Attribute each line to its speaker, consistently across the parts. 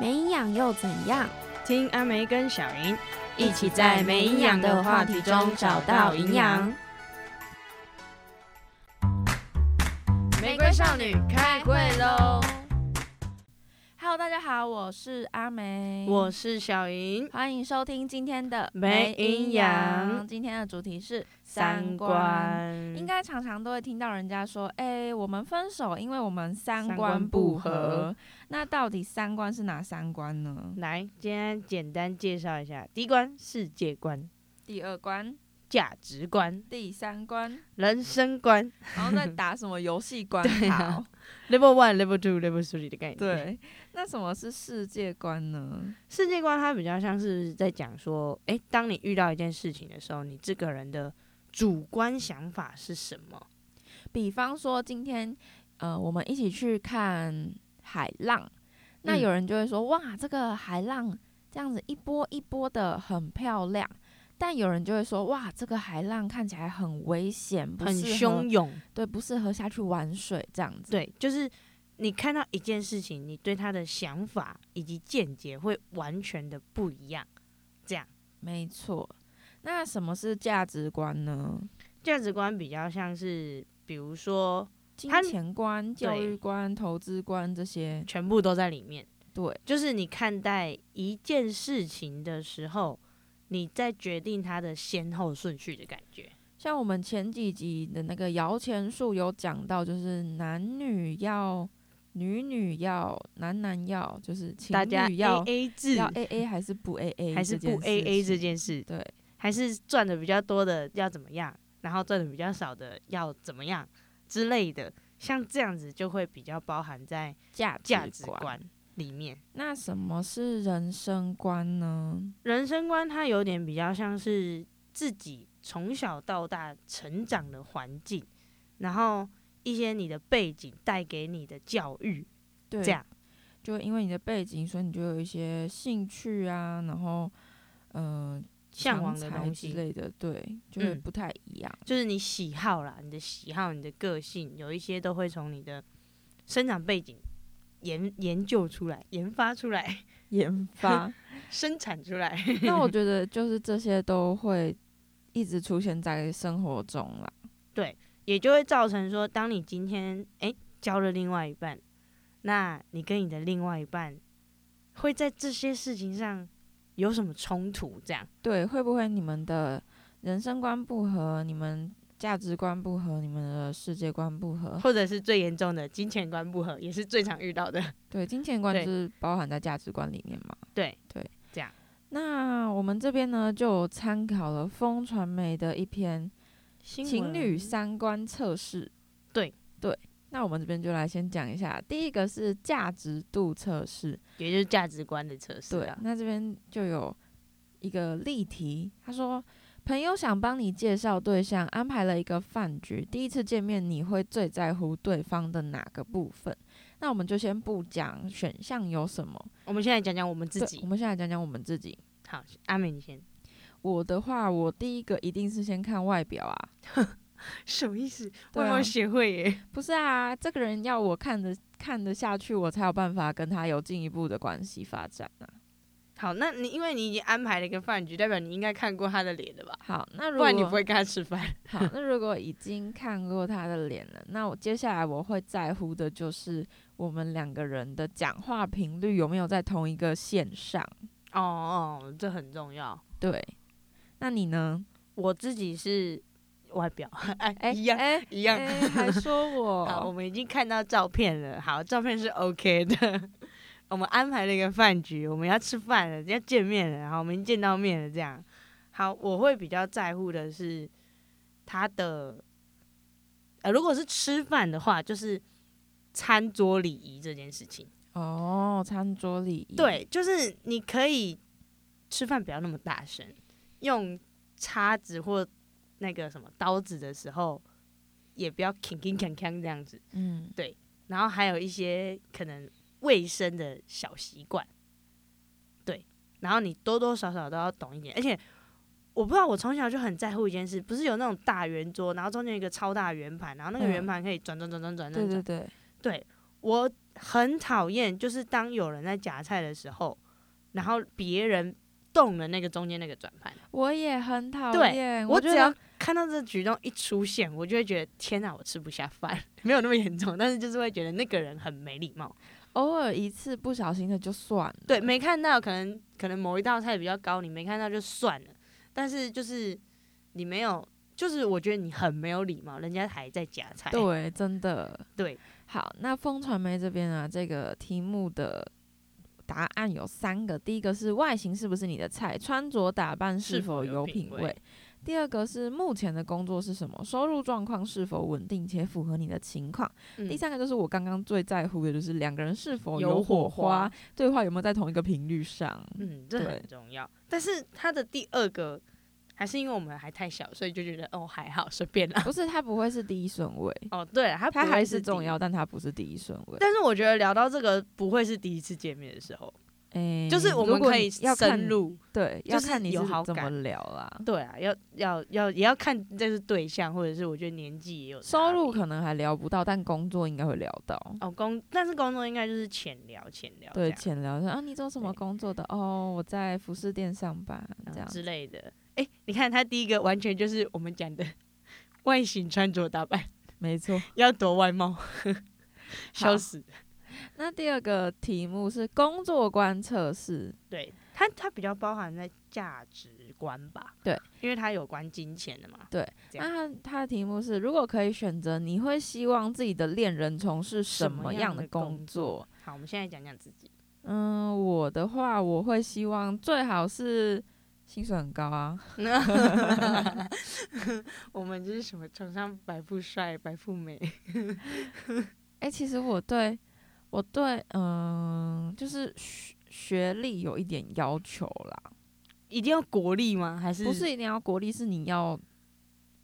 Speaker 1: 没营养又怎样？
Speaker 2: 听阿梅跟小云
Speaker 1: 一起在没营养的话题中找到营养。
Speaker 2: 玫瑰少女开会喽！Hello，
Speaker 1: 大家好，我是阿梅，
Speaker 2: 我是小云，
Speaker 1: 欢迎收听今天的
Speaker 2: 没营养。
Speaker 1: 今天的主题是
Speaker 2: 三观，
Speaker 1: 应该常常都会听到人家说：“哎、我们分手，因为我们三观
Speaker 2: 三
Speaker 1: 不
Speaker 2: 观不
Speaker 1: 合
Speaker 2: 合。”
Speaker 1: 那到底三观是哪三观呢？
Speaker 2: 来，今天简单介绍一下：第一关世界观、
Speaker 1: 第二关、
Speaker 2: 价值观、
Speaker 1: 第三关，
Speaker 2: 人生观
Speaker 1: 然后再打什么游戏关
Speaker 2: 对啊
Speaker 1: 卡哦？
Speaker 2: （Level One、Level Two、Level Three） 的概念。，
Speaker 1: 对，那什么是世界观呢？
Speaker 2: 世界观它比较像是在讲说，诶，当你遇到一件事情的时候，你这个人的主观想法是什么？
Speaker 1: 比方说今天，呃，我们一起去看海浪，那
Speaker 2: 嗯
Speaker 1: 有人就会说，哇，这个海浪这样子一波一波的很漂亮，但有人就会说，哇，这个海浪看起来很危险，不
Speaker 2: 很
Speaker 1: 适合
Speaker 2: 汹，涌，
Speaker 1: 对，不适合下去玩水这样子。
Speaker 2: 对，就是你看到一件事情，你对他的想法以及见解会完全的不一样。这样
Speaker 1: 没错。那什么是价值观呢？
Speaker 2: 价值观比较像是，比如说
Speaker 1: 金
Speaker 2: 它
Speaker 1: 钱观、教
Speaker 2: 对
Speaker 1: 育观、投资观这些，
Speaker 2: 全部都在里面。
Speaker 1: 对，
Speaker 2: 就是你看待一件事情的时候，你在决定它的先后顺序的感觉。
Speaker 1: 像我们前几集的那个摇钱树有讲到，就是男女要、女女要、男男要，就是情
Speaker 2: 大家
Speaker 1: 侣要
Speaker 2: A A 制
Speaker 1: 要 A A 还是不 A A，
Speaker 2: 还是不 A A 这件事，
Speaker 1: 对，
Speaker 2: 还是赚的比较多的要怎么样，然后赚的比较少的要怎么样之类的，像这样子就会比较包含在
Speaker 1: 价
Speaker 2: 价值
Speaker 1: 观。
Speaker 2: 观里面。
Speaker 1: 那什么是人生观呢？
Speaker 2: 人生观它有点比较像是自己从小到大成长的环境，然后一些你的背景带给你的教育，
Speaker 1: 对，
Speaker 2: 这样
Speaker 1: 就因为你的背景，所以你就有一些兴趣啊，然后嗯、呃
Speaker 2: 向往的
Speaker 1: 长才
Speaker 2: 东
Speaker 1: 之
Speaker 2: 西，
Speaker 1: 类的，对，就会
Speaker 2: 嗯
Speaker 1: 不太一 样。
Speaker 2: 就是你喜好啦，你的喜好、你的个性，有一些都会从你的生长背景研研究出来、研发出来、
Speaker 1: 研发。
Speaker 2: 生产出来。
Speaker 1: 那我觉得就是这些都会一直出现在生活中啦。
Speaker 2: 也就会造成说，当你今天诶交了另外一半，那你跟你的另外一半会在这些事情上有什么冲突？这样
Speaker 1: 对，会不会你们的人生观不合，你们价值观不合，你们的世界观不合？
Speaker 2: 或者是最严重的金钱观不合，也是最常遇到的。
Speaker 1: 对，金钱观
Speaker 2: 对
Speaker 1: 就是包含在价值观里面嘛。
Speaker 2: 对
Speaker 1: 对，
Speaker 2: 这样。
Speaker 1: 那我们这边呢，就有参考了风传媒的一篇情侣三观测试。
Speaker 2: 对
Speaker 1: 对，那我们这边就来先讲一下，第一个是价值度测试。
Speaker 2: 也就是价值观的测试
Speaker 1: 对
Speaker 2: 啊，，
Speaker 1: 那这边就有一个例题，他说朋友想帮你介绍对象，安排了一个饭局，第一次见面你会最在乎对方的哪个部分？那我们就先不讲选项有什么，
Speaker 2: 我们现在讲讲我们自
Speaker 1: 对我
Speaker 2: 己。
Speaker 1: 们现在讲讲我们自己。
Speaker 2: 好，阿美你先，
Speaker 1: 我的话，我第一个一定是先看外表啊，
Speaker 2: 什么意思？我
Speaker 1: 对啊
Speaker 2: 有没有学会耶？
Speaker 1: 不是啊，这个人要我看得看得下去，我才有办法跟他有进一步的关系发展啊。
Speaker 2: 好，那你因为你已经安排了一个饭局，代表你应该看过他的脸了吧？
Speaker 1: 好，那如
Speaker 2: 不
Speaker 1: 果
Speaker 2: 然你不会跟他吃饭。
Speaker 1: 好，那如果已经看过他的脸了，那我接下来我会在乎的就是我们两个人的讲话频率有没有在同一个线上。
Speaker 2: 哦哦，这很重要。
Speaker 1: 对，那你呢？
Speaker 2: 我自己是外表，哎、
Speaker 1: 哎、
Speaker 2: 一样、
Speaker 1: 哎、
Speaker 2: 一样。
Speaker 1: 哎还说
Speaker 2: 好，我
Speaker 1: 我
Speaker 2: 们已经看到照片了。好，照片是 OK 的。 我们安排了一个饭局，我们要吃饭了，要见面了，然后我们已经见到面了，这样。好，我会比较在乎的是他的，呃，如果是吃饭的话，就是餐桌礼仪这件事情。
Speaker 1: 哦，餐桌礼仪，
Speaker 2: 对，就是你可以吃饭不要那么大声，用叉子或那个什么刀子的时候，也不要铿铿锵锵这样子。
Speaker 1: 嗯，
Speaker 2: 然后还有一些可能卫生的小习惯，对。然后你多多少少都要懂一点，而且我不知道，我从小就很在乎一件事，不是有那种大圆桌，然后中间有一个超大圆盘，然后那个
Speaker 1: 嗯
Speaker 2: 圆盘可以转转转转转转
Speaker 1: 对
Speaker 2: 转
Speaker 1: 对
Speaker 2: 转，
Speaker 1: 对，
Speaker 2: 对。我很讨厌，就是当有人在夹菜的时候，然后别人动了那个中间那个转盘，
Speaker 1: 我也很讨
Speaker 2: 对
Speaker 1: 厌，
Speaker 2: 我
Speaker 1: 哎觉
Speaker 2: 只要
Speaker 1: 得
Speaker 2: 看到这举动一出现，我就会觉得天哪，我吃不下饭，没有那么严重，但是就是会觉得那个人很没礼 貌。
Speaker 1: 偶尔一次不小心的就算了。
Speaker 2: 对，没看到，可能可能某一道菜比较高，你没看到就算了。但是就是你没有，就是我觉得你很没有礼貌，人家还在夹菜。
Speaker 1: 对，真的
Speaker 2: 对。
Speaker 1: 好，那风传媒这边啊，这个题目的答案有三个，第一个是外形是不是你的菜，穿着打扮
Speaker 2: 是
Speaker 1: 是
Speaker 2: 否
Speaker 1: 否
Speaker 2: 有
Speaker 1: 有
Speaker 2: 品
Speaker 1: 品
Speaker 2: 味
Speaker 1: 味。第二个是目前的工作是什么，收入状况是否稳定且符合你的情况。
Speaker 2: 嗯
Speaker 1: 第三个就是我刚刚最在乎的，就是两个人是否
Speaker 2: 有
Speaker 1: 有
Speaker 2: 火
Speaker 1: 火
Speaker 2: 花
Speaker 1: 花，对话有没有在同一个频率上。
Speaker 2: 嗯，这
Speaker 1: 对
Speaker 2: 很重要。但是他的第二个，还是因为我们还太小，所以就觉得哦还好，随便啦。
Speaker 1: 不是，他不会是第一顺位，
Speaker 2: 哦，对 了，他
Speaker 1: 他
Speaker 2: 不
Speaker 1: 还
Speaker 2: 会
Speaker 1: 是
Speaker 2: 是
Speaker 1: 重
Speaker 2: 第一。
Speaker 1: 要，但他不是第一顺位。
Speaker 2: 但是我觉得聊到这个不会是第一次见面的时候，
Speaker 1: 诶、
Speaker 2: 就是我
Speaker 1: 嗯如
Speaker 2: 们
Speaker 1: 果
Speaker 2: 可
Speaker 1: 你
Speaker 2: 以
Speaker 1: 要看
Speaker 2: 深入。
Speaker 1: 对，
Speaker 2: 就
Speaker 1: 要
Speaker 2: 是
Speaker 1: 看你
Speaker 2: 有
Speaker 1: 是
Speaker 2: 好
Speaker 1: 怎么
Speaker 2: 感
Speaker 1: 聊啦。
Speaker 2: 对啊，要要要也要看这是对象，或者是我觉得年纪也有差
Speaker 1: 收入
Speaker 2: 别
Speaker 1: 可能还聊不到，但工作应该会聊到。
Speaker 2: 哦，工，但是工作应该就是浅聊，浅聊这
Speaker 1: 对，
Speaker 2: 样
Speaker 1: 浅聊一下啊，你做什么
Speaker 2: 对
Speaker 1: 工作的？哦，我在服饰店上班，
Speaker 2: 嗯
Speaker 1: 这样。
Speaker 2: 之类的。哎、你看他第一个完全就是我们讲的 外形、穿着打扮，
Speaker 1: 没错。
Speaker 2: 要多外貌， 笑死。
Speaker 1: 那第二个题目是工作观测试，
Speaker 2: 对他，他比较包含在价值观吧？
Speaker 1: 对，
Speaker 2: 因为他有关金钱的嘛。这样
Speaker 1: 那它它的题目是：如果可以选择，你会希望自己的恋人从事什
Speaker 2: 么
Speaker 1: 么
Speaker 2: 样
Speaker 1: 样
Speaker 2: 的
Speaker 1: 的
Speaker 2: 工作
Speaker 1: 工作？
Speaker 2: 好，我们现在讲讲自 己。
Speaker 1: 嗯，我的话，我会希望最好是薪水很高啊。
Speaker 2: 我们就是什么崇尚白富帅、白富美，
Speaker 1: 哎、其实我对我对嗯、就是学学历有一点要求啦，
Speaker 2: 一定要国力吗？还是
Speaker 1: 不是一定要国力，是你要。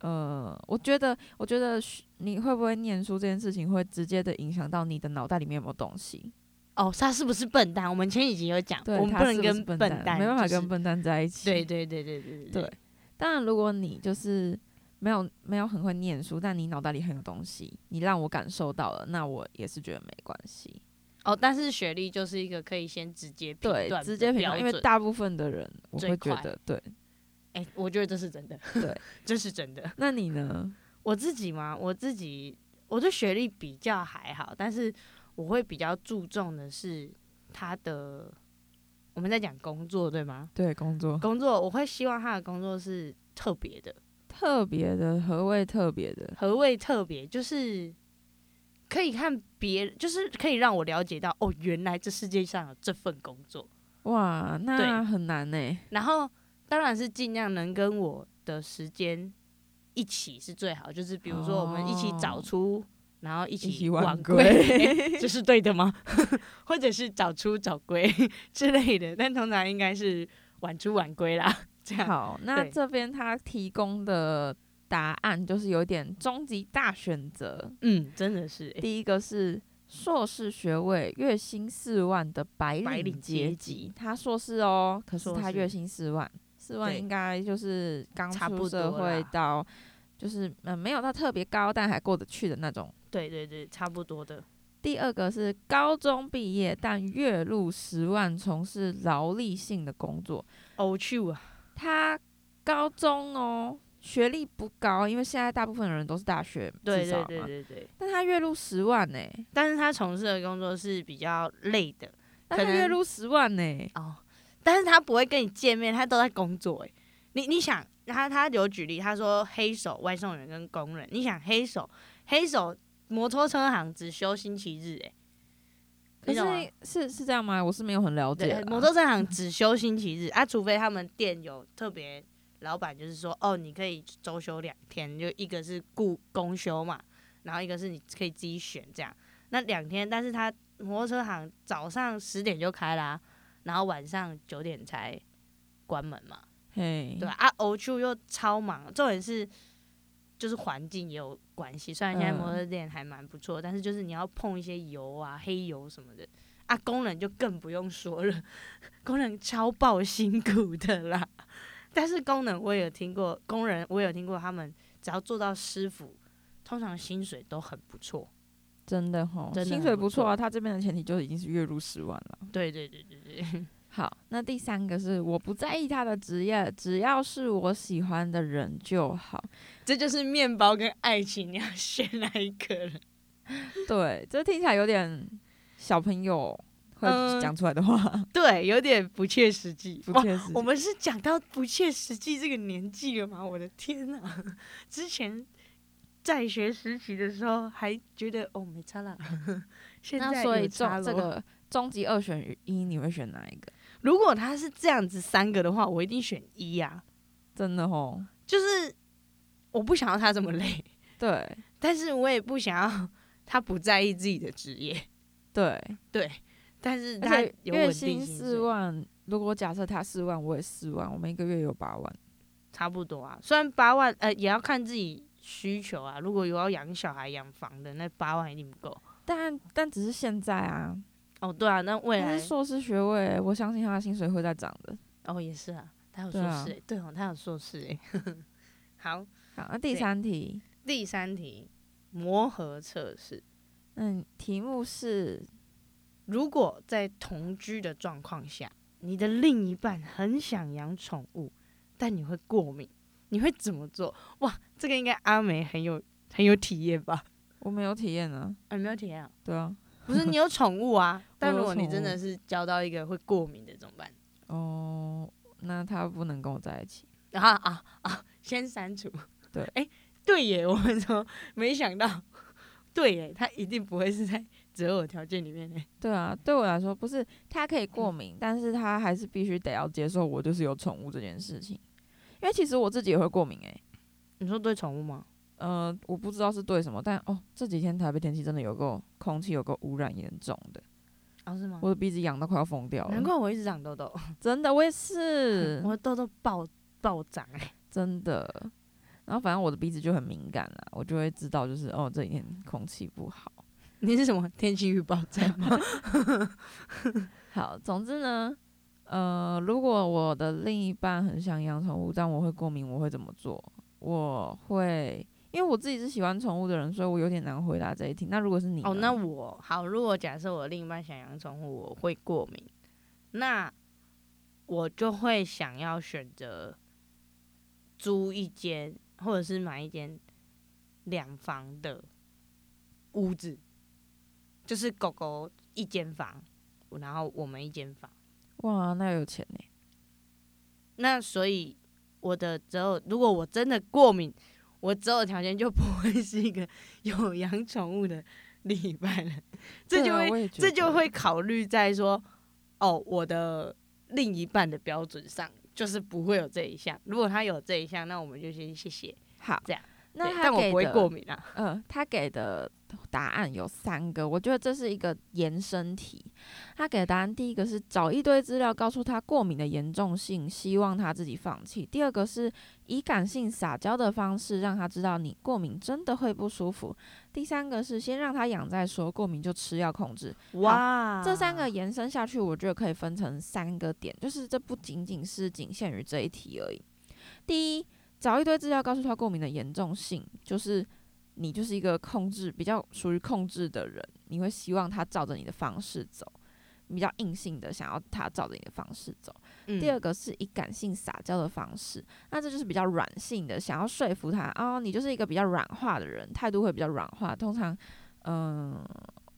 Speaker 1: 呃，我觉得，我觉得学你会不会念书这件事情，会直接的影响到你的脑袋里面有没有东西。
Speaker 2: 哦，他是不是笨蛋？我们前几集有讲，
Speaker 1: 对，
Speaker 2: 我们
Speaker 1: 他
Speaker 2: 不能
Speaker 1: 是不是
Speaker 2: 跟
Speaker 1: 笨
Speaker 2: 蛋，
Speaker 1: 没办法
Speaker 2: 就是
Speaker 1: 跟笨蛋在一起。
Speaker 2: 对对对对对对
Speaker 1: 对，当然，如果你就是没有没有很会念书，但你脑袋里很有东西，你让我感受到了，那我也是觉得没关系。
Speaker 2: 哦，但是学历就是一个可以先直接评
Speaker 1: 对，
Speaker 2: 断
Speaker 1: 直
Speaker 2: 的
Speaker 1: 接评
Speaker 2: 标
Speaker 1: 论，因为
Speaker 2: 准
Speaker 1: 大部分的人我
Speaker 2: 最
Speaker 1: 会觉
Speaker 2: 快
Speaker 1: 得对。
Speaker 2: 哎、我觉得这是真的，
Speaker 1: 对，
Speaker 2: 这是真的。
Speaker 1: 那你呢？
Speaker 2: 我自己嘛，我自己我对学历比较还好，但是我会比较注重的是他的，我们在讲工作对吗？
Speaker 1: 对工作
Speaker 2: 工作我会希望他的工作是特别的，
Speaker 1: 特别的，何谓特别的？
Speaker 2: 何谓特别？就是可以看别，就是可以让我了解到哦，原来这世界上有这份工作。
Speaker 1: 哇，那
Speaker 2: 对
Speaker 1: 很难呢、欸
Speaker 2: 然后当然是尽量能跟我的时间一起是最好，就是比如说我们一起早出，然后哦一
Speaker 1: 一
Speaker 2: 起
Speaker 1: 起晚
Speaker 2: 归， 诶这是对的吗？或者是早出早归之类的，但通常应该是晚出晚归啦。这样
Speaker 1: 好，那
Speaker 2: 对
Speaker 1: 这边他提供的答案就是有点终极大选择。
Speaker 2: 嗯，真的是诶
Speaker 1: 第一个是硕士学位，月薪四万的白
Speaker 2: 白领
Speaker 1: 领
Speaker 2: 阶
Speaker 1: 阶
Speaker 2: 级
Speaker 1: 级，他硕士哦，可是
Speaker 2: 硕
Speaker 1: 他
Speaker 2: 士
Speaker 1: 月薪四万，四万
Speaker 2: 对
Speaker 1: 应该就是刚
Speaker 2: 差不
Speaker 1: 出社
Speaker 2: 多
Speaker 1: 会
Speaker 2: 啦
Speaker 1: 到，就是嗯、呃没有到特别高，但还过得去的那种。
Speaker 2: 对对对，差不多的。
Speaker 1: 第二个是高中毕业，但月入十万，从事劳力性的工作。
Speaker 2: 哦，去啊，
Speaker 1: 他高中哦，学历不高，因为现在大部分人都是大学
Speaker 2: 对
Speaker 1: 至少
Speaker 2: 对
Speaker 1: 嘛
Speaker 2: 对对对。
Speaker 1: 但他月入十万呢、
Speaker 2: 但是他从事的工作是比较累的
Speaker 1: 那
Speaker 2: 可
Speaker 1: 他月
Speaker 2: 能
Speaker 1: 入十万呢、
Speaker 2: 哦，但是他不会跟你见面，他都在工作。哎，你你想，他他有举例，他说黑手外送员跟工人，你想黑手黑手摩托车行只休星期日，哎，
Speaker 1: 可
Speaker 2: 你
Speaker 1: 是
Speaker 2: 懂吗
Speaker 1: 是是这样吗？我是没有很了解
Speaker 2: 对
Speaker 1: 啦，
Speaker 2: 摩托车行只休星期日啊，除非他们店有特别老板，就是说哦，你可以周休两天，就一个是雇公休嘛，然后一个是你可以自己选这样。那两天，但是他摩托车行早上十点就开啦、然后晚上九点才关门嘛。
Speaker 1: 嘿，
Speaker 2: 对啊，啊欧chu 又超忙，重点是就是环境也有关系。虽然现在摩托店还蛮不错，但是就是你要碰一些油啊、黑油什么的。啊，工人就更不用说了，工人超爆辛苦的啦。但是工人我也有听过，工人我也有听过，他们只要做到师傅，通常薪水都很不错。
Speaker 1: 真的吼，
Speaker 2: 真的
Speaker 1: 薪
Speaker 2: 很
Speaker 1: 水
Speaker 2: 不
Speaker 1: 不错
Speaker 2: 错
Speaker 1: 啊，他这边的前提就已经是月入十万了。
Speaker 2: 对对对对 对，
Speaker 1: 好，那第三个是我不在意他的职业，只要是我喜欢的人就好。
Speaker 2: 这就是面包跟爱情，你要 选哪一个了？
Speaker 1: 对，这听起来有点小朋友会
Speaker 2: 嗯
Speaker 1: 讲出来的话，
Speaker 2: 对，有点不切实际。
Speaker 1: 不
Speaker 2: 哇
Speaker 1: 切实
Speaker 2: 我
Speaker 1: 际。
Speaker 2: 们是讲到不切实际这个年纪了吗？我的天哪、 之前在学实习的时候还觉得哦没差啦， 现在
Speaker 1: 那所以
Speaker 2: 有差
Speaker 1: 中
Speaker 2: 咯
Speaker 1: 这 个终极二选一，你会选哪一个？
Speaker 2: 如果他是这样子三个的话，我一定选一呀、
Speaker 1: 真的哦吼，
Speaker 2: 就是我不想要他这么累，
Speaker 1: 对
Speaker 2: 但是我也不想要他不在意自己的职业，
Speaker 1: 对，
Speaker 2: 但是他
Speaker 1: 而且
Speaker 2: 有稳
Speaker 1: 月
Speaker 2: 定
Speaker 1: 薪
Speaker 2: 薪
Speaker 1: 四
Speaker 2: 水
Speaker 1: 万，如果假设他四万，我也四万，我们一个月有八万。
Speaker 2: 差不多啊。虽然八万，呃，也要看自己需求啊。如果有要养小孩、养房的，那八万一定不够。
Speaker 1: 但但只是现在啊，
Speaker 2: 哦，对啊，那未
Speaker 1: 他
Speaker 2: 来
Speaker 1: 是硕士学位，我相信他的薪水会在涨的。
Speaker 2: 哦也是啊，他有硕
Speaker 1: 对啊
Speaker 2: 士、欸，对哦，他有硕士 哎、好，
Speaker 1: 好，那第
Speaker 2: 对
Speaker 1: 三题，
Speaker 2: 第三题，磨合测试。
Speaker 1: 嗯，题目是
Speaker 2: 如果在同居的状况下，你的另一半很想养宠物，但你会过敏，你会怎么做？哇，这个应该阿梅很有很有体验吧？
Speaker 1: 我没有体验啊，
Speaker 2: 啊，你没有体验啊？
Speaker 1: 对啊，
Speaker 2: 不是你有宠物 啊，但
Speaker 1: 我有
Speaker 2: 如果你
Speaker 1: 宠
Speaker 2: 真的
Speaker 1: 物
Speaker 2: 是交到一个会过敏的怎么办？
Speaker 1: 哦，那他不能跟我在一起，
Speaker 2: 啊啊啊！先删除。
Speaker 1: 对
Speaker 2: 哎、对耶，我们怎么没想到？对耶，他一定不会是在择偶条件里面的。
Speaker 1: 对啊，对我来说不是他可以
Speaker 2: 嗯
Speaker 1: 过敏，但是他还是必须得要接受我就是有宠物这件事情，因为其实我自己也会过敏诶、欸
Speaker 2: 你说对宠物吗？
Speaker 1: 呃，我不知道是对什么，但哦，这几天台北天气真的有够空气有够污染严重的，
Speaker 2: 啊、是吗？
Speaker 1: 我的鼻子痒到快要疯掉
Speaker 2: 难
Speaker 1: 了，
Speaker 2: 怪我一直长痘痘，
Speaker 1: 真的，我也是
Speaker 2: 我，的痘痘暴暴长哎、
Speaker 1: 真的。然后反正我的鼻子就很敏感啦，我就会知道就是哦，这几天空气不好。
Speaker 2: 你是什么天气预报站吗？
Speaker 1: 好，总之呢，呃，如果我的另一半很想养宠物，但我会过敏，我会怎么做？我会，因为我自己是喜欢宠物的人，所以我有点难回答这一题。那如果是你
Speaker 2: 哦，
Speaker 1: 呢
Speaker 2: 那我好，如果假设我另一半想养宠物，我会过敏，那我就会想要选择租一间或者是买一间两房的屋子，就是狗狗一间房，然后我们一间房。
Speaker 1: 哇，那有钱呢、
Speaker 2: 那所以我的择偶，如果我真的过敏，我择偶条件就不会是一个 有养宠物的另一半了，这
Speaker 1: 对
Speaker 2: 就
Speaker 1: 啊
Speaker 2: 会
Speaker 1: 我也觉
Speaker 2: 这就
Speaker 1: 得
Speaker 2: 会考虑在说，哦，我的另一半的标准上，就是不会有这一项。如果他有这一项，那我们就先谢谢。
Speaker 1: 好
Speaker 2: 这样。
Speaker 1: 那
Speaker 2: 对
Speaker 1: 他
Speaker 2: 但我
Speaker 1: 给
Speaker 2: 不会
Speaker 1: 的
Speaker 2: 过敏啊。
Speaker 1: 呃，他给的答案有三个，我觉得这是一个延伸题。他给的答案第一个是找一堆资料告诉他过敏的严重性，希望他自己放弃；第二个是以感性撒娇的方式让他知道你过敏真的会不舒服；第三个是先让他养再说，过敏就吃药控制。
Speaker 2: 哇
Speaker 1: 这三个延伸下去，我觉得可以分成三个点，就是这不仅仅是仅限于这一题而已。第一，找一堆资料告诉他过敏的严重性，就是你就是一个控制比较属于控制的人，你会希望他照着你的方式走，比较硬性的想要他照着你的方式走。第二
Speaker 2: 个，
Speaker 1: 个是以感性撒娇的方式，那这就是比较软性的，想要说服他哦，你就是一个比较软化的人，态度会比较软化。通常，嗯、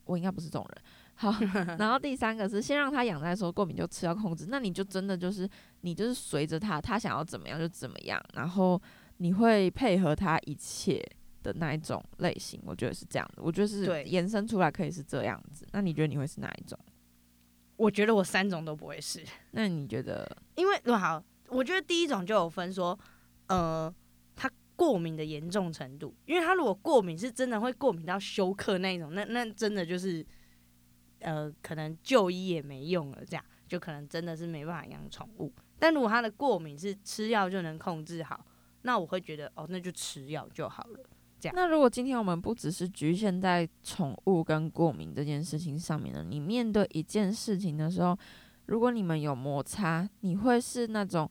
Speaker 1: 我应该不是这种人。好，然后第三个是先让他养再说，过敏就吃药控制。那你就真的就是你就是随着他，他想要怎么样就怎么样，然后你会配合他一切的那一种类型，我觉得是这样的。我觉得是
Speaker 2: 对
Speaker 1: 延伸出来可以是这样子。那你觉得你会是哪一种？
Speaker 2: 我觉得我三种都不会是，
Speaker 1: 那你觉得
Speaker 2: 因为哇好，我觉得第一种就有分说，呃，他过敏的严重程度，因为他如果过敏是真的会过敏到休克那一种，那那真的就是，呃，可能就医也没用了，这样就可能真的是没办法养宠物。但如果他的过敏是吃药就能控制好，那我会觉得哦，那就吃药就好了。
Speaker 1: 那如果今天我们不只是局限在宠物跟过敏这件事情上面呢，你面对一件事情的时候，如果你们有摩擦，你会是那种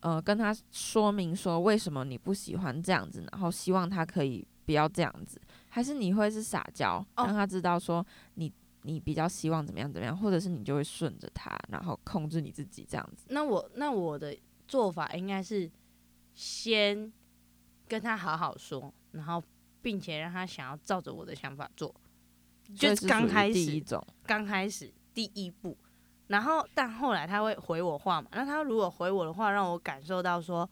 Speaker 1: 呃跟他说明说为什么你不喜欢这样子，然后希望他可以不要这样子，还是你会是撒娇，
Speaker 2: 哦
Speaker 1: 让他知道说你你比较希望怎么样怎么样，或者是你就会顺着他，然后控制你自己这样子。
Speaker 2: 那我那我的做法应该是先跟他好好说，然后并且让他想要照着我的想法做，就
Speaker 1: 所以
Speaker 2: 是刚
Speaker 1: 属于
Speaker 2: 开
Speaker 1: 第
Speaker 2: 始
Speaker 1: 一种，
Speaker 2: 刚开始第一步，然后但后来他会回我话嘛？那他如果回我的话，让我感受到说，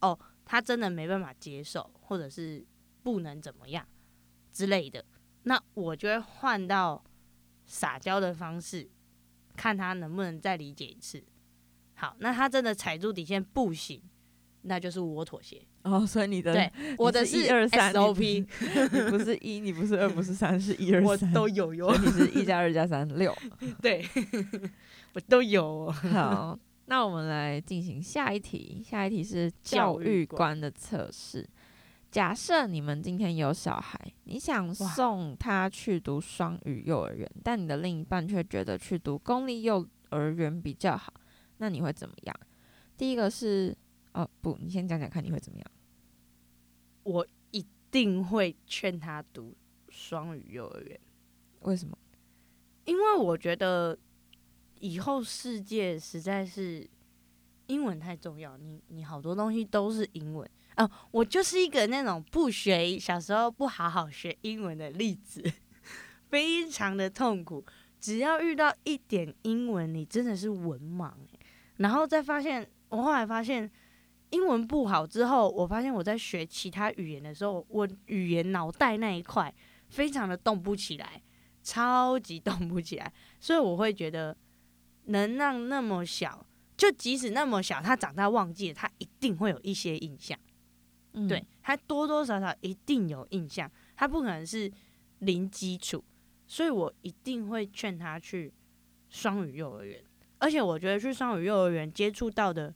Speaker 2: 哦，他真的没办法接受，或者是不能怎么样之类的，那我就会换到撒娇的方式，看他能不能再理解一次。好，那他真的踩住底线不行，那就是我妥协。
Speaker 1: 哦，所以你的
Speaker 2: 对我的
Speaker 1: 是
Speaker 2: 是
Speaker 1: 一二三
Speaker 2: SOP，
Speaker 1: 你不是一，你不是二，不是三，是一二
Speaker 2: 我
Speaker 1: 三，
Speaker 2: 都有
Speaker 1: 所
Speaker 2: 哟
Speaker 1: 以。你是一加二加三六。
Speaker 2: 对， 我都有哦。
Speaker 1: 好，那我们来进行下一题。下一题是教
Speaker 2: 教育
Speaker 1: 育观的测试。假设你们今天有小孩，你想送他去读双语幼儿园，但你的另一半却觉得去读公立幼儿园比较好，那你会怎么样？第一个是，哦不，你先讲讲看你会怎么样。
Speaker 2: 我一定会劝他读双语幼儿园，
Speaker 1: 为什么？
Speaker 2: 因为我觉得以后世界实在是英文太重要，你你好多东西都是英文啊。我就是一个那种不学小时候不好好学英文的例子， 非常的痛苦。只要遇到一点英文，你真的是文盲、欸、然后再发现，我后来发现英文不好之后，我发现我在学其他语言的时候，我语言脑袋那一块非常的动不起来，超级动不起来。所以我会觉得，能让那么小，就即使那么小，他长大忘记了，他一定会有一些印象。
Speaker 1: 嗯
Speaker 2: 对，他多多少少一定有印象，他不可能是零基础，所以我一定会劝他去双语幼儿园，而且我觉得去双语幼儿园接触到的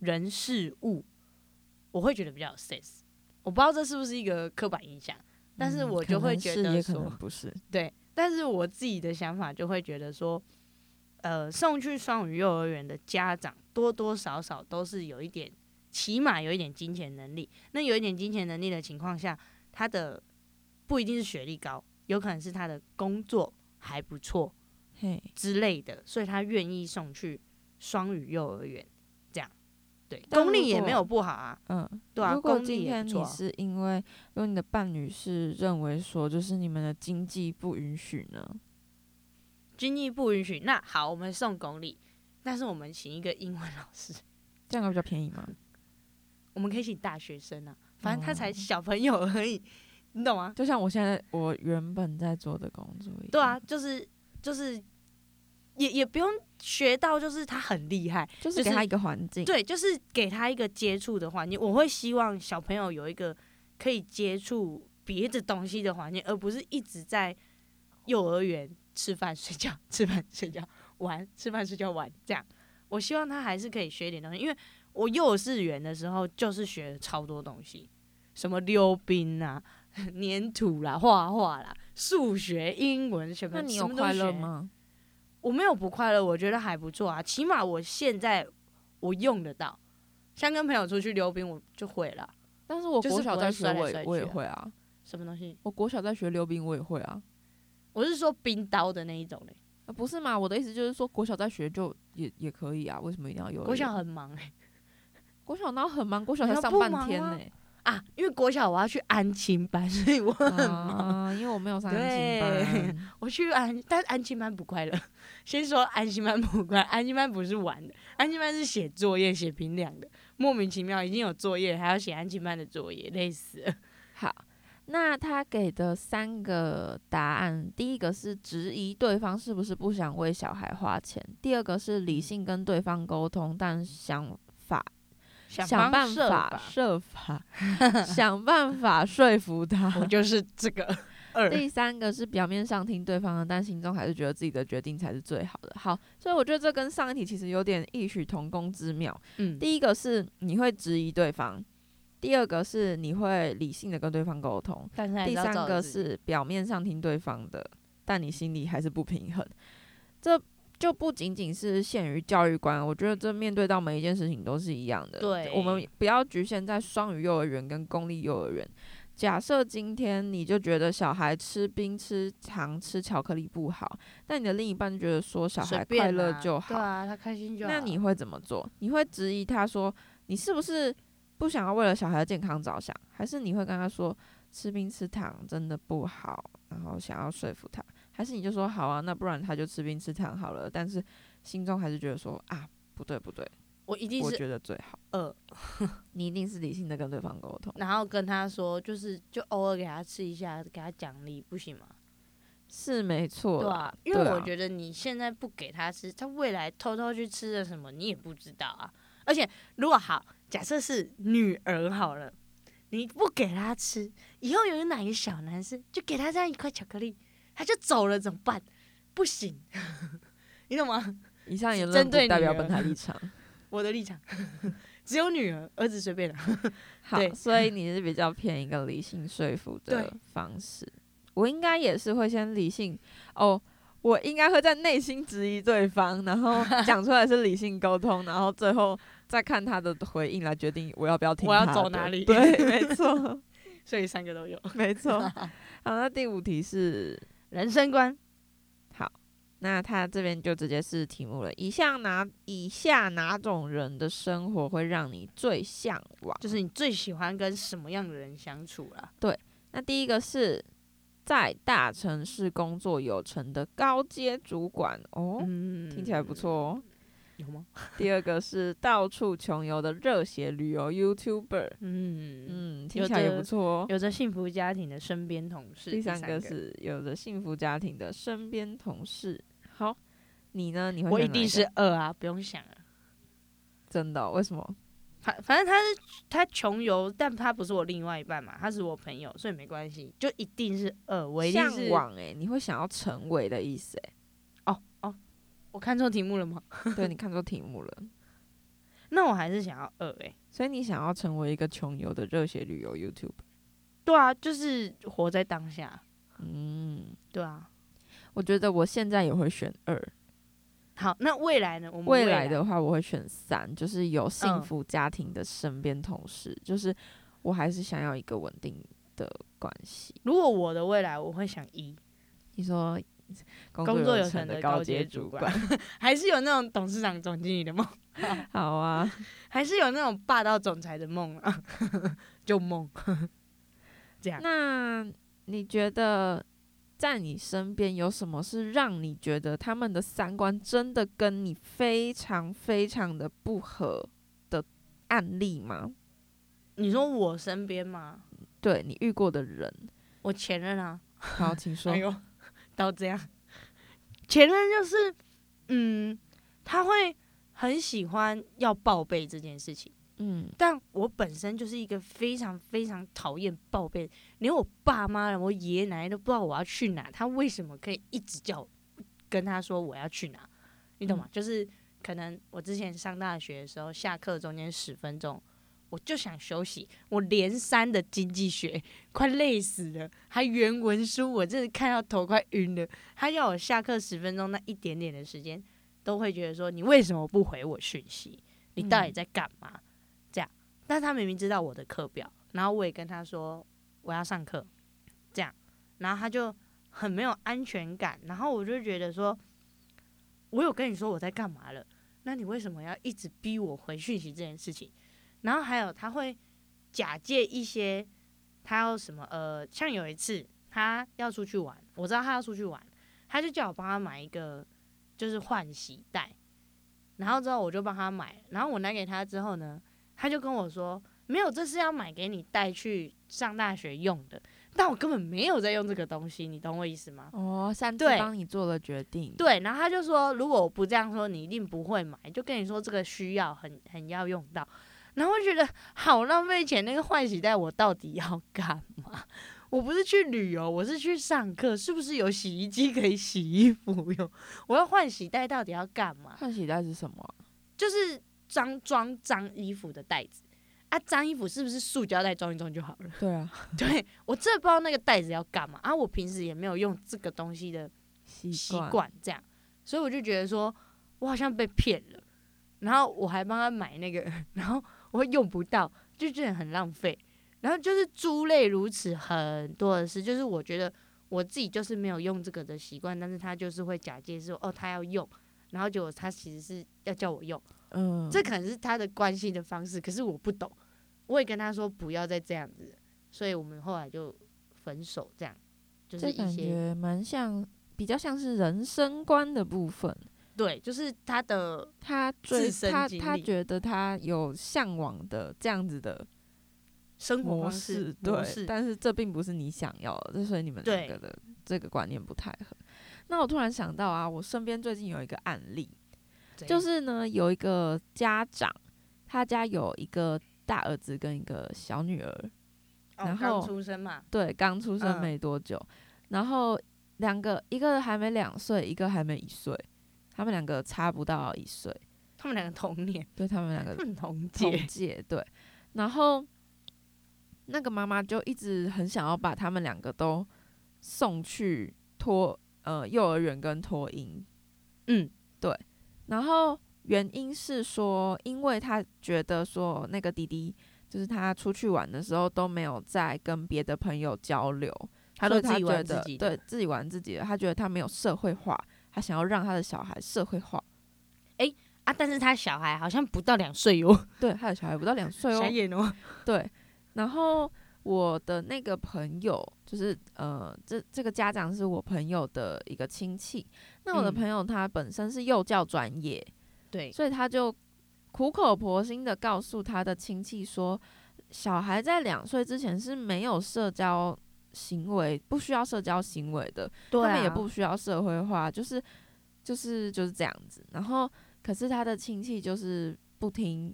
Speaker 2: 人事物，我会觉得比较有 sense。我不知道这是不是一个刻板印象，但是
Speaker 1: 嗯
Speaker 2: 我
Speaker 1: 可
Speaker 2: 就会
Speaker 1: 能
Speaker 2: 觉
Speaker 1: 是
Speaker 2: 得
Speaker 1: 也可
Speaker 2: 说
Speaker 1: 能不是。
Speaker 2: 对，但是我自己的想法就会觉得说，呃，送去双语幼儿园的家长多多少少都是有一点，起码有一点金钱能力。那有一点金钱能力的情况下，他的不一定是学历高，有可能是他的工作还不错
Speaker 1: 嘿，
Speaker 2: 之类的，所以他愿意送去双语幼儿园。这样，对，
Speaker 1: 但
Speaker 2: 公立
Speaker 1: 如
Speaker 2: 也
Speaker 1: 果
Speaker 2: 没有不好啊，
Speaker 1: 嗯，
Speaker 2: 对啊，
Speaker 1: 如果
Speaker 2: 公
Speaker 1: 今
Speaker 2: 立也
Speaker 1: 天
Speaker 2: 不错
Speaker 1: 你
Speaker 2: 啊、
Speaker 1: 是因为如果你的伴侣是认为说，就是你们的经济不允许呢，
Speaker 2: 经济不允许，那好，我们送公立，但是我们请一个英文老师。
Speaker 1: 这样会比较便宜吗？
Speaker 2: 我们可以请大学生啊，反正他才
Speaker 1: 哦
Speaker 2: 小朋友而已， 你懂吗？
Speaker 1: 就像我现在我原本在做的工作一样。
Speaker 2: 对啊，，就是就是也也不用学到，就是他很厉害，
Speaker 1: 就是
Speaker 2: 就
Speaker 1: 给
Speaker 2: 是
Speaker 1: 他一个环境。
Speaker 2: 对，就是给他一个接触的环境。我会希望小朋友有一个可以接触别的东西的环境，而不是一直在幼儿园吃饭 睡觉、吃饭睡觉玩、吃饭睡觉玩这样。我希望他还是可以学一点东西，因为我幼稚园的时候就是学了超多东西，什么溜冰啊、 粘土啦、画画啦、数学、英文什么，
Speaker 1: 那你
Speaker 2: 什
Speaker 1: 有
Speaker 2: 么都
Speaker 1: 快乐
Speaker 2: 学
Speaker 1: 吗？
Speaker 2: 我没有不快乐，我觉得还不错啊，起码我现在我用得到。像跟朋友出去溜冰，我就会了。
Speaker 1: 但是我
Speaker 2: 就是
Speaker 1: 国小
Speaker 2: 不会
Speaker 1: 在学，
Speaker 2: 摔来
Speaker 1: 我也
Speaker 2: 摔
Speaker 1: 我也
Speaker 2: 去啊
Speaker 1: 会啊。
Speaker 2: 什么东西？
Speaker 1: 我国小在学溜冰，我也会啊。
Speaker 2: 我是说冰刀的那一种嘞。
Speaker 1: 啊不是嘛？我的意思就是说，国小在学就也也可以啊，为什么一定要有？
Speaker 2: 国小很忙哎、
Speaker 1: 国小哪很忙，国小
Speaker 2: 你
Speaker 1: 才
Speaker 2: 要
Speaker 1: 上
Speaker 2: 不
Speaker 1: 半
Speaker 2: 忙
Speaker 1: 天
Speaker 2: 吗
Speaker 1: 呢、
Speaker 2: 啊，因为国小我要去安亲班，所以我 很忙。
Speaker 1: 啊，因为我没有上安
Speaker 2: 对
Speaker 1: 静班。
Speaker 2: 我去安，但安亲班不快乐。先说安亲班不快乐，安亲班不是玩的，安亲班是写作业、写评量的，莫名其妙已经有作业，还要写安亲班的作业，累死了。
Speaker 1: 好，那他给的三个答案，第一个是质疑对方是不是不想为小孩花钱，第二个是理性跟对方沟通，但想法
Speaker 2: 想
Speaker 1: 想
Speaker 2: 方
Speaker 1: 办
Speaker 2: 设
Speaker 1: 法设法 想办法说服他。
Speaker 2: 我 就是这个二。
Speaker 1: 第三个是表面上听对方的，但心中还是觉得自己的决定才是最好的。好，所以我觉得这跟上一题其实有点异曲同工之妙。
Speaker 2: 嗯，
Speaker 1: 第一个是你会质疑对方，第二个是你会理性的跟对方沟通，
Speaker 2: 但是还
Speaker 1: 第
Speaker 2: 是要
Speaker 1: 三
Speaker 2: 照
Speaker 1: 个
Speaker 2: 着自己
Speaker 1: 是表面上听对方的，但你心里还是不平衡。这就不仅仅是限于教育观，我觉得这面对到每一件事情都是一样的。
Speaker 2: 对
Speaker 1: 我们不要局限在双语幼儿园跟公立幼儿园，假设今天你就觉得小孩吃冰、吃糖、吃巧克力不好，但你的另一半觉得说小
Speaker 2: 随
Speaker 1: 孩
Speaker 2: 便
Speaker 1: 快乐
Speaker 2: 啦
Speaker 1: 就好，
Speaker 2: 对啊，他开心就好。
Speaker 1: 那你会怎么做？你会质疑他说你是不是不想要为了小孩的健康着想，还是你会跟他说吃冰吃糖真的不好，然后想要说服他，还是你就说好啊，那不然他就吃冰吃糖好了，但是心中还是觉得说啊不对不对，
Speaker 2: 我一定
Speaker 1: 我
Speaker 2: 是
Speaker 1: 觉得最好。
Speaker 2: 饿，
Speaker 1: 你一定是理性的跟对方沟通，
Speaker 2: 然后跟他说，就是就偶尔给他吃一下，给他奖励，不行吗？
Speaker 1: 是没错
Speaker 2: 对
Speaker 1: 啦，
Speaker 2: 啊，因为
Speaker 1: 对
Speaker 2: 我
Speaker 1: 啊
Speaker 2: 觉得你现在不给他吃，他未来偷偷去吃了什么，你也不知道啊。而且如果好，假设是女儿好了，你不给他吃，以后有哪个小男生就给他这样一块巧克力，他就走了怎么办？不行， 你懂吗？
Speaker 1: 以上言
Speaker 2: 是
Speaker 1: 论
Speaker 2: 针
Speaker 1: 不
Speaker 2: 对
Speaker 1: 代
Speaker 2: 女
Speaker 1: 表
Speaker 2: 儿
Speaker 1: 本台立场。
Speaker 2: 我的立场 只有女儿，儿子随便了。
Speaker 1: 好
Speaker 2: 对，
Speaker 1: 所以你是比较偏一个理性说服的
Speaker 2: 对
Speaker 1: 方式。我应该也是会先理性哦，我应该会在内心质疑对方，然后讲出来是理性沟通，然后最后再看他的回应来决定我要不要听
Speaker 2: 我要
Speaker 1: 他
Speaker 2: 走
Speaker 1: 的
Speaker 2: 哪里
Speaker 1: 对，没错，
Speaker 2: 所以三个都有。
Speaker 1: 没错。好，那第五题是
Speaker 2: 人生观，
Speaker 1: 那他这边就直接是题目了。以下哪以下哪种人的生活会让你最向往？
Speaker 2: 就是你最喜欢跟什么样的人相处啦、
Speaker 1: 那第一个是在大城市工作有成的高阶主管哦，
Speaker 2: 嗯，
Speaker 1: 听起来不错哦。
Speaker 2: 有吗？
Speaker 1: 第二个是到处穷游的热血旅游 YouTuber，
Speaker 2: 嗯，
Speaker 1: 嗯，听起来也不错哦。
Speaker 2: 有着幸福家庭的身边同事。
Speaker 1: 第
Speaker 2: 三
Speaker 1: 三个是有着幸福家庭的身边同事。好，你呢？你会
Speaker 2: 我
Speaker 1: 选
Speaker 2: 一
Speaker 1: 哪
Speaker 2: 定
Speaker 1: 个
Speaker 2: 是二啊，不用想了。
Speaker 1: 真的哦、为什么？
Speaker 2: 反反正他是他穷游，但他不是我另外一半嘛，他是我朋友，所以没关系，就一定是二，我一定
Speaker 1: 向
Speaker 2: 是
Speaker 1: 往哎、你会想要成为的意思哎、
Speaker 2: 哦哦，我看错题目了吗？
Speaker 1: 对，你看错题目了，
Speaker 2: 那我还是想要二哎、
Speaker 1: 所以你想要成为一个穷游的热血旅游 YouTuber。
Speaker 2: 对啊，就是活在当下。
Speaker 1: 嗯，
Speaker 2: 对啊，
Speaker 1: 我觉得我现在也会选二。
Speaker 2: 好，那未来呢？我们
Speaker 1: 嗯未
Speaker 2: 来啊
Speaker 1: 来嗯的话，我会选三，就是有幸福家庭的身边同事，就是我还是想要一个稳定的关系。
Speaker 2: 如果我的未来，我会想一，
Speaker 1: 你说工
Speaker 2: 工作
Speaker 1: 作
Speaker 2: 有
Speaker 1: 有
Speaker 2: 成
Speaker 1: 成
Speaker 2: 的
Speaker 1: 的
Speaker 2: 高
Speaker 1: 高
Speaker 2: 阶
Speaker 1: 阶
Speaker 2: 主
Speaker 1: 主
Speaker 2: 管， 还是有那种董事长、总经理的梦，
Speaker 1: 好 啊。
Speaker 2: 还是有那种霸道总裁的梦啊， 就梦。这样，
Speaker 1: 那你觉得在你身边有什么是让你觉得他们的三观真的跟你非常非常的不合的案例吗？
Speaker 2: 你说我身边吗？
Speaker 1: 对你遇过的人，
Speaker 2: 我前任啊，
Speaker 1: 好， 请说
Speaker 2: 哎。呦，到这样，前任就是，嗯，他会很喜欢要报备这件事情，
Speaker 1: 嗯，
Speaker 2: 但我本身就是一个非常非常讨厌报备，连我爸妈、我爷爷奶奶都不知道我要去哪，他为什么可以一直叫我跟他说我要去哪？你
Speaker 1: 嗯
Speaker 2: 懂吗？就是可能我之前上大学的时候，下课中间十分钟，我就想休息。我连三的经济学快累死了，还原文书，我真的看到头快晕了。他要我下课十分钟那一点点的时间，都会觉得说你为什么不回我讯息？你到底
Speaker 1: 嗯
Speaker 2: 在干嘛？这样，但他明明知道我的课表，然后我也跟他说我要上课，这样，然后他就很没有安全感，然后我就觉得说，我有跟你说我在干嘛了，那你为什么要一直逼我回讯息这件事情？然后还有他会假借一些他要什么呃，像有一次他要出去玩，我知道他要出去玩，他就叫我帮他买一个就是换洗袋，然后之后我就帮他买，然后我拿给他之后呢，他就跟我说没有，这是要买给你带去上大学用的，但我根本没有在用这个东西，你懂我意思吗？
Speaker 1: 哦，擅自
Speaker 2: 对
Speaker 1: 帮你做了决定。
Speaker 2: 对，然后他就说，如果我不这样说，你一定不会买，就跟你说这个需要很很要用到。然后我觉得好浪费钱，那个换洗袋我到底要干嘛？ 我不是去旅游，我是去上课，是不是有洗衣机可以洗衣服用？ 我要换洗袋到底要干嘛？
Speaker 1: 换洗袋是什么啊、
Speaker 2: 就是装装脏衣服的袋子啊，脏衣服是不是塑胶袋装一装就好了？
Speaker 1: 对啊，
Speaker 2: 对我真的不知道那个袋子要干嘛啊，我平时也没有用这个东西的
Speaker 1: 习
Speaker 2: 习惯这样，所以我就觉得说我好像被骗了， 然后我还帮他买那个，然后我用不到，就觉得很浪费。然后就是诸类如此很多的事，就是我觉得我自己就是没有用这个的习惯，但是他就是会假借说哦他要用，然后结果他其实是要叫我用，
Speaker 1: 嗯，
Speaker 2: 这可能是他的关心的方式，可是我不懂，我也跟他说不要再这样子，所以我们后来就分手，这样就是
Speaker 1: 这
Speaker 2: 一
Speaker 1: 感
Speaker 2: 些
Speaker 1: 觉蛮像，比较像是人生观的部分。
Speaker 2: 对，就是他的
Speaker 1: 他
Speaker 2: 自
Speaker 1: 最
Speaker 2: 身
Speaker 1: 他
Speaker 2: 经
Speaker 1: 他
Speaker 2: 历
Speaker 1: 觉得他有向往的这样子的
Speaker 2: 生活
Speaker 1: 模
Speaker 2: 方式模
Speaker 1: 对，
Speaker 2: 式
Speaker 1: 但是这并不是你想要的，所以你们两
Speaker 2: 对
Speaker 1: 个的这个观念不太合。那我突然想到啊，我身边最近有一个案例，
Speaker 2: 怎
Speaker 1: 就
Speaker 2: 样
Speaker 1: 是呢有一个家长，他家有一个大儿子跟一个小女儿，
Speaker 2: 哦
Speaker 1: 然
Speaker 2: 刚
Speaker 1: 后
Speaker 2: 出生嘛，
Speaker 1: 对，刚出生
Speaker 2: 嗯
Speaker 1: 没多久，然后两个一个还没两岁，一个还没一岁，他们两个差不到一岁，
Speaker 2: 他们两个同年，
Speaker 1: 对他们两
Speaker 2: 他
Speaker 1: 个
Speaker 2: 们同
Speaker 1: 同
Speaker 2: 届，
Speaker 1: 届对，然后那个妈妈就一直很想要把他们两个都送去托呃幼儿园跟托婴，
Speaker 2: 嗯，
Speaker 1: 然后原因是说，因为她觉得说那个弟弟就是他出去玩的时候都没有在跟别的朋友交流，
Speaker 2: 他
Speaker 1: 所
Speaker 2: 都
Speaker 1: 以
Speaker 2: 自己
Speaker 1: 觉
Speaker 2: 玩自
Speaker 1: 得
Speaker 2: 己的，
Speaker 1: 对自己玩自己的，他觉得他没有社会化，他想要让他的小孩社会化，
Speaker 2: 啊，但是他小孩好像不到两岁哦，
Speaker 1: 对，他的小孩不到两岁哦，
Speaker 2: 小眼哦，
Speaker 1: 对，然后我的那个朋友就是呃，这这个家长是我朋友的一个亲戚。那我的
Speaker 2: 嗯
Speaker 1: 朋友他本身是幼教专业，
Speaker 2: 对，
Speaker 1: 所以他就苦口婆心的告诉他的亲戚说，小孩在两岁之前是没有社交行为，不需要社交行为的，
Speaker 2: 对
Speaker 1: 他们也
Speaker 2: 啊
Speaker 1: 不需要社会化，就是就是就是这样子。然后，可是他的亲戚就是不听，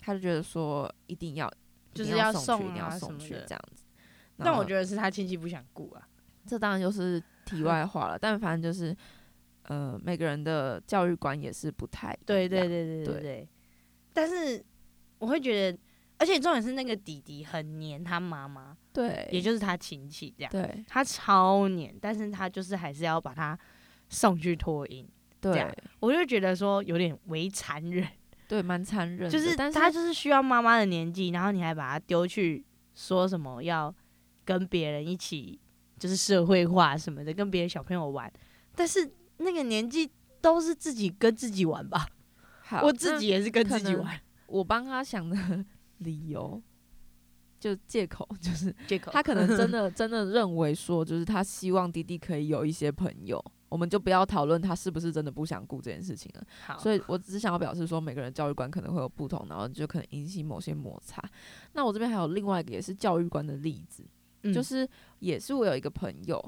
Speaker 1: 他就觉得说一定要一
Speaker 2: 就是
Speaker 1: 定
Speaker 2: 要
Speaker 1: 送去，
Speaker 2: 送
Speaker 1: 一定要
Speaker 2: 啊什
Speaker 1: 送
Speaker 2: 么
Speaker 1: 去
Speaker 2: 的
Speaker 1: 这样子。
Speaker 2: 但我
Speaker 1: 得
Speaker 2: 觉得是他亲戚不想顾啊，
Speaker 1: 这当然就是题外话了，但反正就是呃，每个人的教育观也是不太一
Speaker 2: 对对
Speaker 1: 样
Speaker 2: 对对
Speaker 1: 对
Speaker 2: 对对，但是我会觉得，而且重点是那个弟弟很黏他妈妈，
Speaker 1: 对，
Speaker 2: 也就是他亲戚这样，
Speaker 1: 对
Speaker 2: 他超黏，但是他就是还是要把他送去托婴，样
Speaker 1: 对
Speaker 2: 我就觉得说有点为残忍，
Speaker 1: 对，蛮残忍的，
Speaker 2: 就是
Speaker 1: 但是
Speaker 2: 他就是需要妈妈的年纪，然后你还把他丢去说什么要跟别人一起就是社会化什么的，跟别的小朋友玩，但是那个年纪都是自己跟自己玩吧，
Speaker 1: 好
Speaker 2: 我
Speaker 1: 那
Speaker 2: 自己也是跟
Speaker 1: 可
Speaker 2: 自己
Speaker 1: 能
Speaker 2: 玩，
Speaker 1: 我帮他想的 理由，就借口，就是
Speaker 2: 借口
Speaker 1: 他可能真的真的认为说，就是他希望弟弟可以有一些朋友。我们就不要讨论他是不是真的不想顾这件事情了。
Speaker 2: 好，
Speaker 1: 所以我只是想要表示说，每个人教育观可能会有不同，然后就可能引起某些摩擦。那我这边还有另外一个也是教育观的例子，
Speaker 2: 以嗯
Speaker 1: 就是也是我有一个朋友，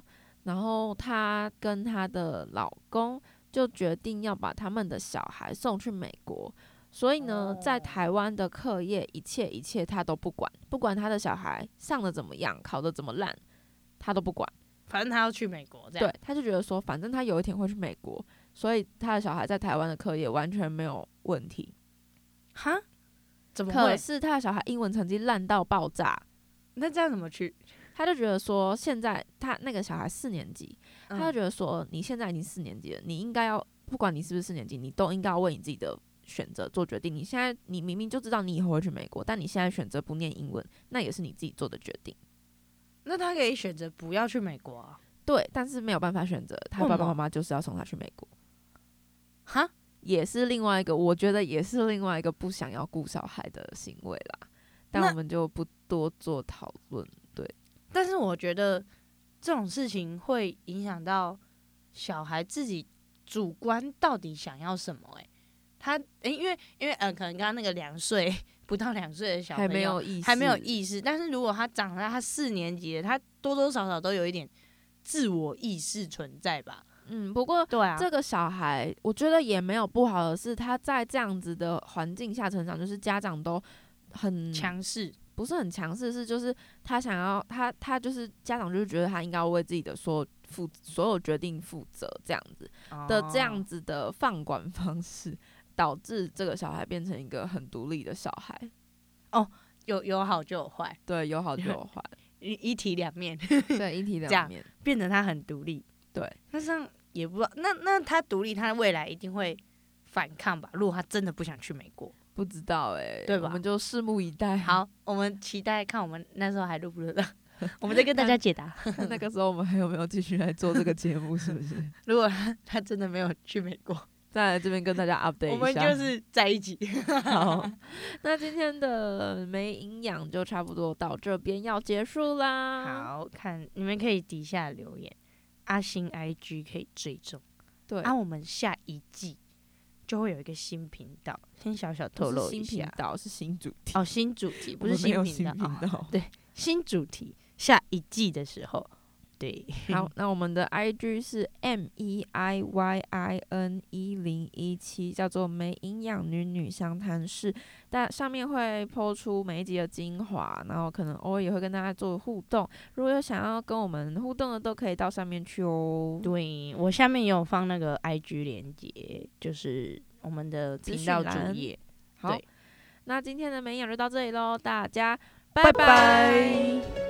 Speaker 1: 然后她跟她的老公就决定要把他们的小孩送去美国，所以呢，在
Speaker 2: 哦
Speaker 1: 台湾的课业一切一切她都不管，不管她的小孩上的怎么样，考的怎么烂，她都不管。
Speaker 2: 反正他要去美国这样，
Speaker 1: 对，她就觉得说，反正她有一天会去美国，所以她的小孩在台湾的课业完全没有问题。
Speaker 2: 哈，怎么
Speaker 1: 可
Speaker 2: 会？
Speaker 1: 是她的小孩英文成绩烂到爆炸，
Speaker 2: 那这样怎么去？
Speaker 1: 她就觉得说，现在她那个小孩四年级。他就
Speaker 2: 嗯
Speaker 1: 觉得说，你现在已经四年级了，你应该要不管你是不是四年级，你都应该要为你自己的选择做决定。你现在你明明就知道你以后会去美国，但你现在选择不念英文，那也是你自己做的决定。
Speaker 2: 那他可以选择不要去美国啊？
Speaker 1: 对，但是没有办法选择，他
Speaker 2: 为
Speaker 1: 爸
Speaker 2: 什
Speaker 1: 爸
Speaker 2: 么
Speaker 1: 妈妈就是要送他去美国，
Speaker 2: 哈，
Speaker 1: 也是另外一个，我觉得也是另外一个不想要顾小孩的行为啦。但
Speaker 2: 那
Speaker 1: 我们就不多做讨论。
Speaker 2: 但是我觉得这种事情会影响到小孩自己主观到底想要什么、欸。他、欸、因为因为呃，可能刚刚那个两岁不到两岁的小朋友
Speaker 1: 还没有意识，
Speaker 2: 还没有意识，但是如果他长大，他四年级了，他多多少少都有一点自我意识存在吧？
Speaker 1: 嗯，不过
Speaker 2: 对啊，
Speaker 1: 这个小孩，我觉得也没有不好的是，他在这样子的环境下成长，就是家长都很
Speaker 2: 强势
Speaker 1: 不是很强势，是就是他想要他他就是家长就是觉得他应该要为自己的所有负所有决定负责这样子的这
Speaker 2: 哦
Speaker 1: 样子的放管方式，导致这个小孩变成一个很独立的小孩。
Speaker 2: 有有好就有坏，
Speaker 1: 对，有好就有坏，
Speaker 2: 一一体两面，
Speaker 1: 对，一体
Speaker 2: 这
Speaker 1: 两
Speaker 2: 样
Speaker 1: 面。
Speaker 2: 变得他很独立。
Speaker 1: 对，
Speaker 2: 那这样 也不知道，那那他独立，他未来一定会反抗吧？如果他真的不想去美国，
Speaker 1: 不知道哎、
Speaker 2: 对吧
Speaker 1: 我们就拭目以待。，
Speaker 2: 好，我们期待看我们那时候还录不录 得到，我们再跟大家解答。
Speaker 1: 那个时候我们还有没有继续来做这个节目？是不是？
Speaker 2: 如果他他真的没有去美国，
Speaker 1: 再来这边跟大家 update 一下。
Speaker 2: 我们就是在一起。
Speaker 1: 好，那今天的没营养就差不多到这边要结束啦。好，
Speaker 2: 好看，你们可以底下留言，阿星 IG 可以追踪。
Speaker 1: 对，
Speaker 2: 啊，我们下一季就会有一个新频道，先小小
Speaker 1: 不
Speaker 2: 透
Speaker 1: 是
Speaker 2: 露一
Speaker 1: 新频
Speaker 2: 下。
Speaker 1: 道是新主 题，
Speaker 2: 哦，新主题不
Speaker 1: 我
Speaker 2: 是
Speaker 1: 们没有
Speaker 2: 频
Speaker 1: 新
Speaker 2: 道，
Speaker 1: 频
Speaker 2: 哦
Speaker 1: 道。
Speaker 2: 新主题下一季的时候，对，
Speaker 1: 好，那我们的 I G 是 M E I Y I N 一零一七，叫做没营养女女相谈室。但上面会抛出每一集的精华，然后可能偶尔也会跟大家做互动。如果有想要跟我们互动的，都可以到上面去哦。
Speaker 2: 对我下面也有放那个 IG 连接，就是我们的
Speaker 1: 资
Speaker 2: 频
Speaker 1: 讯
Speaker 2: 道主
Speaker 1: 栏
Speaker 2: 页。
Speaker 1: 好
Speaker 2: 对，
Speaker 1: 那今今天的没营养就到这里喽，大家拜
Speaker 2: 拜拜